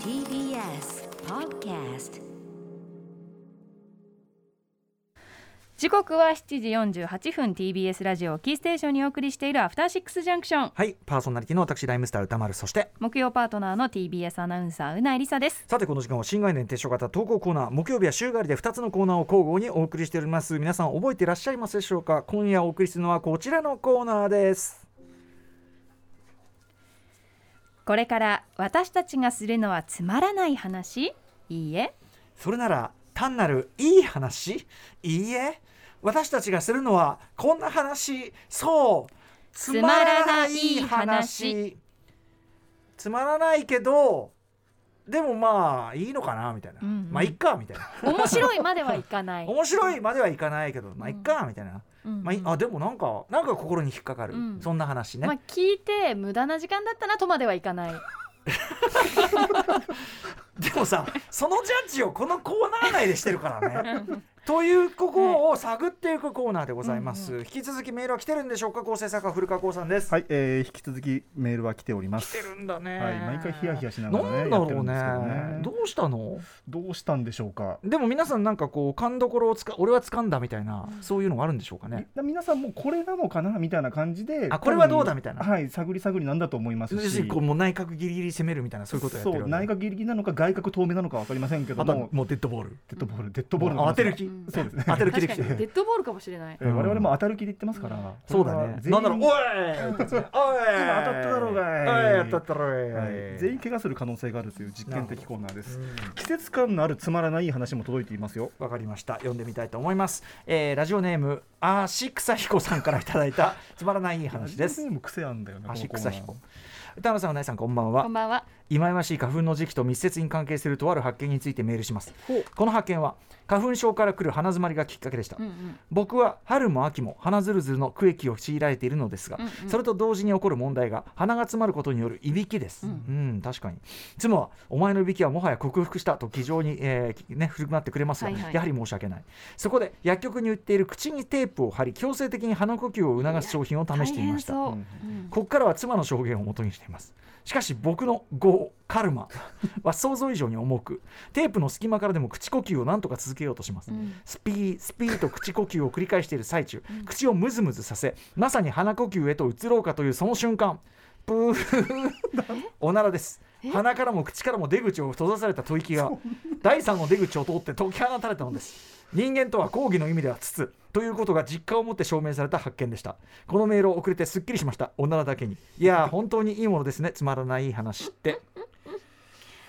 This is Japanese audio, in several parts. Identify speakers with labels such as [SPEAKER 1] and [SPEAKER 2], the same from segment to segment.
[SPEAKER 1] TBS Podcast
[SPEAKER 2] 時刻は7時48分 TBS ラジオをキーステーションにお送りしているアフターシックスジャンクション
[SPEAKER 3] はい、パーソナリティの私、ライムスター歌丸、そして、
[SPEAKER 2] 木曜パートナーの TBS アナウンサーうなえりさです
[SPEAKER 3] さてこの時間は新概念提唱型投稿コーナー、木曜日は週替わりで2つのコーナーを交互にお送りしております。皆さん覚えていらっしゃいますでしょうか今夜お送りするのはこちらのコーナーです。
[SPEAKER 2] これから私たちがするのはつまらない話いいえ
[SPEAKER 3] それなら、単なるいい話いいえ、私たちがするのはこんな話、そう、つ
[SPEAKER 2] まらない話。
[SPEAKER 3] つまらないけど、でもまあいいのかなみたいな、
[SPEAKER 2] うんうん
[SPEAKER 3] まあいっかみたいな
[SPEAKER 2] 面白いまではいか ない
[SPEAKER 3] 面白いまではいかないけどまあいっかみたいな、
[SPEAKER 2] うん
[SPEAKER 3] まあい、あでもなんかなんか心に引っかかる、
[SPEAKER 2] うん
[SPEAKER 3] そんな話ね、
[SPEAKER 2] まあ聞いて無駄な時間だったなとまではいかない
[SPEAKER 3] でもさそのジャッジをこのコーナー内でしてるから ねというここを探っていくコーナーでございます、引き続きメールは来てるんでしょうか構成作家古川光さんです、
[SPEAKER 4] はい、えー、引き続きメールは来ておりま
[SPEAKER 3] 来て
[SPEAKER 4] す。
[SPEAKER 3] るんだね、
[SPEAKER 4] はい、毎回ヒヤヒヤしながら
[SPEAKER 3] な
[SPEAKER 4] ね、
[SPEAKER 3] ん
[SPEAKER 4] や
[SPEAKER 3] だ
[SPEAKER 4] ってる
[SPEAKER 3] ろうん
[SPEAKER 4] ですけど
[SPEAKER 3] ね
[SPEAKER 4] ね。
[SPEAKER 3] どうしたの
[SPEAKER 4] どうしたんでしょうか。
[SPEAKER 3] でも皆さんなんかこう勘どころをつか俺は掴んだみたいなそういうのがあるんでしょうかね、
[SPEAKER 4] み皆さんもうこれなのかなみたいな感じで、
[SPEAKER 3] あこれはどうだみたいな
[SPEAKER 4] 多分はい、探り探りなんだと思います
[SPEAKER 3] 要す
[SPEAKER 4] し
[SPEAKER 3] るに、こうもう内角ギリギリ攻めるみたいなそういうことをやってる
[SPEAKER 4] そう
[SPEAKER 3] わけね
[SPEAKER 4] 内角ギリギリなのか外角遠めなのかわかりませんけど
[SPEAKER 3] あとは
[SPEAKER 4] も、
[SPEAKER 3] もうデッドボール
[SPEAKER 4] デッドボール、デッドボールの
[SPEAKER 3] もう当てる
[SPEAKER 4] 気
[SPEAKER 3] 気
[SPEAKER 2] うん
[SPEAKER 4] そうですね。
[SPEAKER 3] 当てる気
[SPEAKER 2] 確
[SPEAKER 3] で
[SPEAKER 2] か
[SPEAKER 3] き
[SPEAKER 2] に
[SPEAKER 3] て
[SPEAKER 2] デ
[SPEAKER 3] る
[SPEAKER 2] ッドボールかもしれない
[SPEAKER 4] えー我々も当たる気で言ってますから、
[SPEAKER 3] そうだね。
[SPEAKER 4] これは全員
[SPEAKER 3] おい当たった
[SPEAKER 4] だろうがい
[SPEAKER 3] おい当たったろうがい
[SPEAKER 4] はい全員怪我する可能性があるという実験的コーナーです。季節感のあるつまらない話も届いていますよ。
[SPEAKER 3] わかりました読んでみたいと思います、えー、ラジオネームアーシクサヒコさんからいただい たつまらない話で
[SPEAKER 4] ラジオ
[SPEAKER 3] す
[SPEAKER 4] ネーム癖あんだよね。
[SPEAKER 3] アーシ
[SPEAKER 4] こ
[SPEAKER 3] ク
[SPEAKER 4] のコー
[SPEAKER 3] サ
[SPEAKER 4] ナー
[SPEAKER 3] ヒコ歌野さんうなえさんこんばんは
[SPEAKER 2] こんばんは
[SPEAKER 3] 忌々しい花粉の時期と密接に関係するとある発見についてメールしますこの発見は花粉症から来る鼻づまりがきっかけでした、
[SPEAKER 2] うんうん
[SPEAKER 3] 僕は春も秋も鼻ずるずるの区域を強いられているのですが、
[SPEAKER 2] うんうん
[SPEAKER 3] それと同時に起こる問題が鼻が詰まることによるいびきです、
[SPEAKER 2] う
[SPEAKER 3] うんん確かに妻はお前のいびきはもはや克服したと気丈に、えーきね、振る舞ってくれますが、
[SPEAKER 2] はいはい
[SPEAKER 3] やはり申し訳ないそこで薬局に売っている口にテープを貼り強制的に鼻呼吸を促す商品を試してみました
[SPEAKER 2] 大変そう、
[SPEAKER 4] うん
[SPEAKER 2] うん
[SPEAKER 3] ここからは妻の証言をもとにしていますしかし僕の「業カル マ」は想像以上に重くテープの隙間からでも口呼吸を何とか続けようとします、
[SPEAKER 2] うん
[SPEAKER 3] スピースピーと口呼吸を繰り返している最中、口をムズムズさせまさに鼻呼吸へと移ろうかというその瞬間プ ーおならです鼻からも口からも出口を閉ざされた吐息が第三の出口を通って解き放たれたのです人間とは抗議の意味では筒ということが実感を持って証明された発見でしたこのメールを送れてすっきりしましたおならだけにいやー本当にいいものですねつまらない話って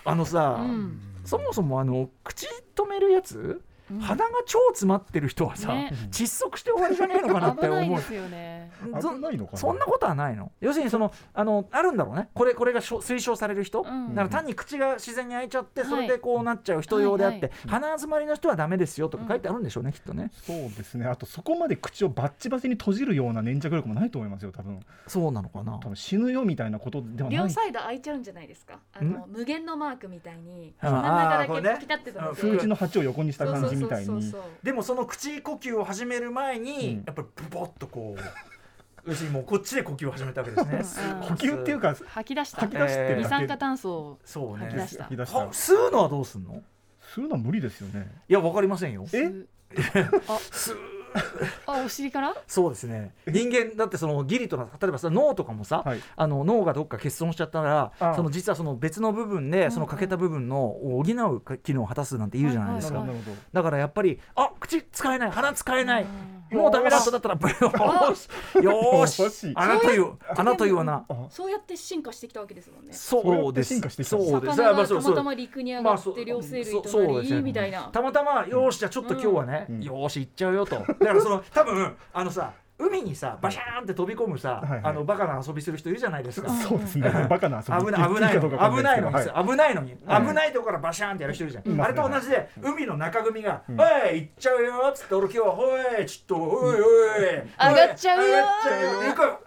[SPEAKER 3] あのさ、
[SPEAKER 2] うん
[SPEAKER 3] そもそもあの口止めるやつ、
[SPEAKER 2] うん
[SPEAKER 3] 鼻が超詰まってる人はさ、
[SPEAKER 2] ね
[SPEAKER 3] 窒息して終わりじゃねえのかなって
[SPEAKER 2] 危ない
[SPEAKER 3] 思
[SPEAKER 2] で
[SPEAKER 3] う。
[SPEAKER 2] すよね
[SPEAKER 3] そ
[SPEAKER 4] 危ないのかな
[SPEAKER 3] そんなことはないの要するにそのあのあるんだろうねこれこれがしょ推奨される
[SPEAKER 2] う
[SPEAKER 3] 人、
[SPEAKER 2] ん
[SPEAKER 3] だから単に口が自然に開いちゃって
[SPEAKER 2] はい
[SPEAKER 3] それでこうなっちゃう人用であって、
[SPEAKER 2] はい
[SPEAKER 3] 鼻詰まりの人はダメですよとか書いてあるんでしょうね、きっとね
[SPEAKER 4] そうですね。あとそこまで口をバッチバチに閉じるような粘着力もないと思いますよ。多分、
[SPEAKER 3] そうなのかな
[SPEAKER 4] 多分死ぬよみたいなことではない。
[SPEAKER 5] 両サイド開いちゃうんじゃないですかあの無限のマークみたいに
[SPEAKER 3] あー
[SPEAKER 5] 真ん中だ
[SPEAKER 3] これ
[SPEAKER 5] け
[SPEAKER 3] ね
[SPEAKER 5] ピタって止めて
[SPEAKER 3] うん
[SPEAKER 4] 数字の8を横にした
[SPEAKER 5] そう
[SPEAKER 4] 感
[SPEAKER 5] そう
[SPEAKER 4] じみたい
[SPEAKER 5] そう
[SPEAKER 4] に
[SPEAKER 5] そう。
[SPEAKER 3] でもその口呼吸を始める前に、
[SPEAKER 4] うん
[SPEAKER 3] やっぱりブボッとこう 要するにもうこっちで呼吸を始めたわけですねす
[SPEAKER 2] うん
[SPEAKER 4] 呼吸っていうか
[SPEAKER 2] 吐き出した
[SPEAKER 4] 吐き出して
[SPEAKER 3] え
[SPEAKER 2] 二
[SPEAKER 3] ー
[SPEAKER 4] るだ
[SPEAKER 2] 酸
[SPEAKER 4] け。
[SPEAKER 2] 化炭素を
[SPEAKER 3] そうね
[SPEAKER 2] 吐き出した
[SPEAKER 4] 吐き出した
[SPEAKER 3] は吸うのはどうすんの
[SPEAKER 4] するのは無理ですよね。
[SPEAKER 3] いやわかりませんよ
[SPEAKER 4] え
[SPEAKER 2] 吸うあお尻から
[SPEAKER 3] そうですね人間だってそのギリとな例えばさ脳とかもさ、
[SPEAKER 4] はい。
[SPEAKER 3] あの脳がどっか欠損しちゃったら
[SPEAKER 4] ああ
[SPEAKER 3] その実はその別の部分でその欠けた部分のを補うか機能を果たすなんて言うじゃないで
[SPEAKER 4] な
[SPEAKER 3] す
[SPEAKER 4] るほ
[SPEAKER 3] か、
[SPEAKER 4] ど
[SPEAKER 2] はい
[SPEAKER 4] なるほど。
[SPEAKER 3] だからやっぱりあ口使えない鼻使えないもうダメだとだったらブヨーしよ
[SPEAKER 4] よ
[SPEAKER 3] ーし
[SPEAKER 4] し
[SPEAKER 3] あなたよあなたよな
[SPEAKER 4] あ、
[SPEAKER 5] そうやって進化してきたわけですもんね
[SPEAKER 3] そうです
[SPEAKER 4] そうやって進化してきた
[SPEAKER 3] そうです
[SPEAKER 5] 魚
[SPEAKER 3] ま
[SPEAKER 5] が
[SPEAKER 3] あ
[SPEAKER 5] た
[SPEAKER 3] そう
[SPEAKER 5] ま
[SPEAKER 3] そう
[SPEAKER 5] たま陸に上
[SPEAKER 3] ま
[SPEAKER 5] が
[SPEAKER 3] あ
[SPEAKER 5] って両生類
[SPEAKER 3] そそう
[SPEAKER 5] とな
[SPEAKER 3] ですよ
[SPEAKER 5] りみたいな
[SPEAKER 3] たまたまよーしじゃあちょっと今日はね、
[SPEAKER 4] うん
[SPEAKER 3] よーし行っちゃうよとだからその多分あのさ海にさバシャーンって飛び込むさ、
[SPEAKER 4] はいはい
[SPEAKER 3] あのバカな遊びする人いるじゃないですか
[SPEAKER 4] そうですね。バカな遊
[SPEAKER 3] 危
[SPEAKER 4] び。
[SPEAKER 3] ない危ない
[SPEAKER 4] 言
[SPEAKER 3] のに
[SPEAKER 4] っていいかどうかわ
[SPEAKER 3] 危
[SPEAKER 4] かん
[SPEAKER 3] ないのに、危
[SPEAKER 4] ですけどはい
[SPEAKER 3] ないのに、
[SPEAKER 4] はい
[SPEAKER 3] 危ないとこからバシャーンってやる人いるじゃん、
[SPEAKER 4] います
[SPEAKER 3] あれ
[SPEAKER 4] ね
[SPEAKER 3] と同じで海の中組が「
[SPEAKER 4] うん
[SPEAKER 3] おい行っちゃうよ」っつって俺今日は「おいちょっとおいおいおい上
[SPEAKER 2] がっちゃうよ
[SPEAKER 3] がっちゃうよ行こうよ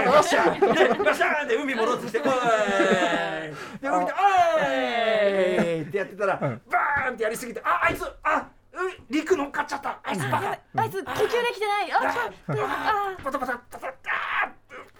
[SPEAKER 3] おいバシャーンでバシャーンで海戻ってきて「おい」で海で「おい」ってやってたら、
[SPEAKER 4] うん
[SPEAKER 3] バーンってやりすぎて「ああいつあう陸乗っかっちゃったあいつバカ」
[SPEAKER 5] あいつ呼吸できてない あ
[SPEAKER 3] あーパタパタパタあー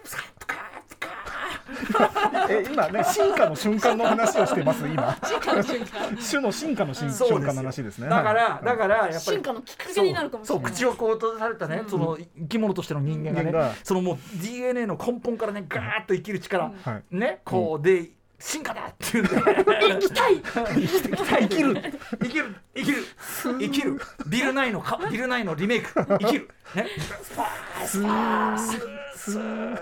[SPEAKER 3] プカップカップカッ
[SPEAKER 4] え、今化、ね、進化の瞬間の話をしてます、今。
[SPEAKER 5] 進化の瞬間
[SPEAKER 4] 種の進化の進
[SPEAKER 3] そうです
[SPEAKER 4] 瞬間
[SPEAKER 3] よ
[SPEAKER 4] の話ですね。
[SPEAKER 3] だから、
[SPEAKER 4] はい
[SPEAKER 3] だからやっぱり
[SPEAKER 5] 進化のきっか
[SPEAKER 3] そ
[SPEAKER 5] け
[SPEAKER 3] う
[SPEAKER 5] になるかもしれない
[SPEAKER 3] そう口をこう閉ざされたね、
[SPEAKER 5] うん
[SPEAKER 3] その生き物としての人間がね
[SPEAKER 4] 人間が
[SPEAKER 3] そのもう DNA の根本からねガーッと生きる力、
[SPEAKER 4] はい
[SPEAKER 3] ねこうで、進化だっていうんで 生きたい生き たい生きる生きる生きる生きるビルナイのかビルナイのリメイク生きるねスパースパースースー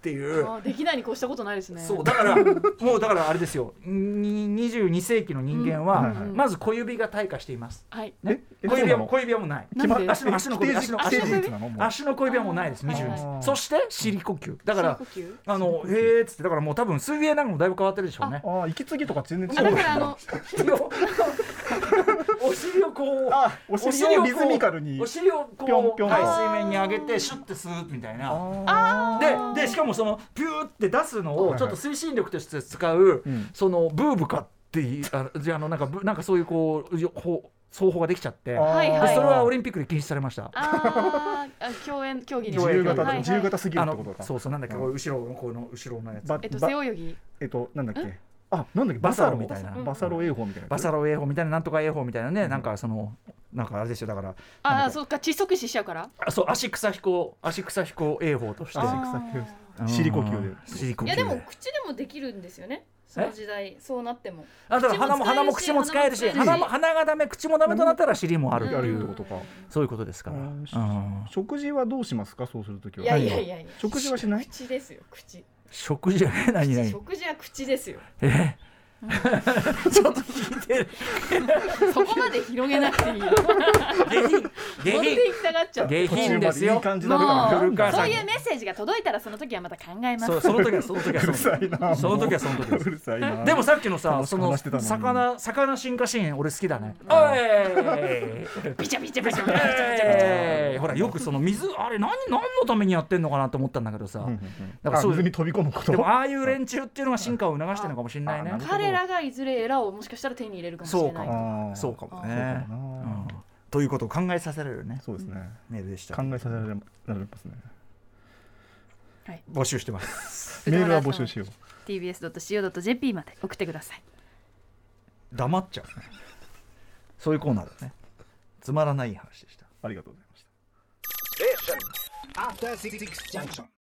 [SPEAKER 3] っていう
[SPEAKER 6] あーできないに越したことないですね
[SPEAKER 3] そうだからもうだからあれですよに22世紀の人間は、
[SPEAKER 4] うんはいはい
[SPEAKER 3] まず小指が退化しています、
[SPEAKER 6] はい
[SPEAKER 3] ね
[SPEAKER 4] え、え
[SPEAKER 3] 小指
[SPEAKER 4] そうな
[SPEAKER 3] は
[SPEAKER 4] の
[SPEAKER 3] 小指はもうない
[SPEAKER 6] なんで
[SPEAKER 3] 足の足の小指足の
[SPEAKER 4] 規
[SPEAKER 3] 足
[SPEAKER 4] 定
[SPEAKER 3] の
[SPEAKER 4] 事実なのもう
[SPEAKER 3] 足の小指はもうないです
[SPEAKER 6] はい
[SPEAKER 3] 22世
[SPEAKER 4] はい
[SPEAKER 3] 紀そして尻呼吸だから
[SPEAKER 6] 深呼吸
[SPEAKER 3] あのへーっつってだからもう多分水泳なんかもだいぶ変わってるでしょうね
[SPEAKER 4] ああ、息継ぎとか全然
[SPEAKER 6] あ
[SPEAKER 4] 違
[SPEAKER 6] だ
[SPEAKER 4] う。
[SPEAKER 6] からあの
[SPEAKER 3] お尻をこう
[SPEAKER 4] あお尻をリズミカルに
[SPEAKER 3] お。尻を
[SPEAKER 4] ぴょ
[SPEAKER 3] こ
[SPEAKER 4] ん
[SPEAKER 3] う
[SPEAKER 4] ぴょん
[SPEAKER 3] はい
[SPEAKER 4] あ
[SPEAKER 3] 水面に上げてシュッて吸うみたいな
[SPEAKER 4] あ
[SPEAKER 3] ででしかもそのピューって出すの
[SPEAKER 4] はい
[SPEAKER 3] を
[SPEAKER 4] はい
[SPEAKER 3] ちょっと推進力として使う、
[SPEAKER 4] うん
[SPEAKER 3] そのブーブカっていうあのじゃああのなんかブなんかそういうこうよこう奏法ができちゃってで
[SPEAKER 4] あ。ああ
[SPEAKER 6] はいはい
[SPEAKER 3] それはオリンピックで禁止されました。
[SPEAKER 6] あーあ競泳競技に
[SPEAKER 4] 自由形
[SPEAKER 6] はいは
[SPEAKER 4] だ
[SPEAKER 6] い
[SPEAKER 4] 自由形すぎる
[SPEAKER 3] あ
[SPEAKER 4] ってこと
[SPEAKER 3] の
[SPEAKER 4] か。
[SPEAKER 3] そうそうなんだっけ、
[SPEAKER 4] うん
[SPEAKER 3] こう後ろのこの後ろのやつ
[SPEAKER 4] ば
[SPEAKER 6] えっと
[SPEAKER 4] ば
[SPEAKER 6] 背泳ぎ
[SPEAKER 4] えっとなんだっけ。あ、なんだっけ
[SPEAKER 3] バサロみたいな
[SPEAKER 4] バサロ泳法みたいな。
[SPEAKER 3] バサ
[SPEAKER 4] ロ。
[SPEAKER 3] ロ泳法みたいななんとか泳法みたいなね、
[SPEAKER 4] ん
[SPEAKER 3] なんかそのなんかあれですよだから
[SPEAKER 6] あ
[SPEAKER 3] なん
[SPEAKER 6] あ
[SPEAKER 3] か
[SPEAKER 6] そっか窒息死しちゃうから
[SPEAKER 3] あそう足草飛行足草飛行泳法として
[SPEAKER 4] あー
[SPEAKER 3] うん
[SPEAKER 4] 尻呼吸で
[SPEAKER 3] 尻呼吸
[SPEAKER 5] いやでも口でもできるんですよねその時代そうなっても
[SPEAKER 3] あだから鼻も鼻も口
[SPEAKER 5] 口
[SPEAKER 3] も
[SPEAKER 5] も
[SPEAKER 3] 使
[SPEAKER 5] 使え
[SPEAKER 3] える
[SPEAKER 5] る
[SPEAKER 3] し
[SPEAKER 5] し
[SPEAKER 3] 鼻も鼻がダメ口もダメとなったら尻もあるって
[SPEAKER 4] やる
[SPEAKER 3] い
[SPEAKER 4] って
[SPEAKER 3] う
[SPEAKER 4] ことか。
[SPEAKER 3] そういうことですから、
[SPEAKER 4] う
[SPEAKER 3] うんん、
[SPEAKER 4] 食事はどうしますかそうするとき
[SPEAKER 5] いや
[SPEAKER 4] は。
[SPEAKER 5] いやいやいや
[SPEAKER 4] 食事はしない。
[SPEAKER 5] 口ですよ口
[SPEAKER 3] 食事は何何
[SPEAKER 5] 食事は口ですよ
[SPEAKER 3] え
[SPEAKER 6] そこまで広げなくていいよ
[SPEAKER 3] 下
[SPEAKER 6] 持
[SPEAKER 3] 品下
[SPEAKER 6] って
[SPEAKER 3] 品
[SPEAKER 6] いきたがっちゃう
[SPEAKER 3] 下品です
[SPEAKER 4] いい
[SPEAKER 3] よ
[SPEAKER 4] 感じだった
[SPEAKER 6] も
[SPEAKER 3] 古川
[SPEAKER 6] う
[SPEAKER 3] さん
[SPEAKER 6] そういうメッセージが届いたらその時はまた考えます
[SPEAKER 3] そうその時はその時は
[SPEAKER 4] うる
[SPEAKER 3] そ
[SPEAKER 4] さ
[SPEAKER 3] の時
[SPEAKER 4] いな。
[SPEAKER 3] その時はその時です
[SPEAKER 4] うるさいな。
[SPEAKER 3] でもさっきのさ
[SPEAKER 4] 楽し
[SPEAKER 3] そ
[SPEAKER 4] く話
[SPEAKER 3] の
[SPEAKER 4] してたのに
[SPEAKER 3] 魚魚進化シーン俺好きだねおい
[SPEAKER 6] ビチャビチャビチャビチャビチャビチャ
[SPEAKER 3] えーほらよくその水あれ何何のためにやってんのかなと思ったんだけどさ、
[SPEAKER 4] うんうんうん。
[SPEAKER 3] だから
[SPEAKER 4] あ
[SPEAKER 3] そう
[SPEAKER 4] 水に飛び込むこと。
[SPEAKER 3] でもああいう連中っていうのが進化を促してるのかもしれないね
[SPEAKER 4] ああなるほど
[SPEAKER 6] 彼らがいずれエラをもしかしたら手に入れるかもしれない
[SPEAKER 3] そうか
[SPEAKER 4] あー
[SPEAKER 3] そうかも
[SPEAKER 4] そう
[SPEAKER 3] ね
[SPEAKER 4] かも
[SPEAKER 3] う
[SPEAKER 4] なん
[SPEAKER 3] ということを考えさせられるね
[SPEAKER 4] そうですね。
[SPEAKER 3] メールでした
[SPEAKER 4] 考えさせられますね。
[SPEAKER 3] 募集してます
[SPEAKER 4] メールは募集しよう。
[SPEAKER 6] tbs.co.jp まで送ってください
[SPEAKER 3] 黙っちゃうねそういうコーナーだねつまらない話でした
[SPEAKER 4] ありがとうございました。
[SPEAKER 7] After Six Junction.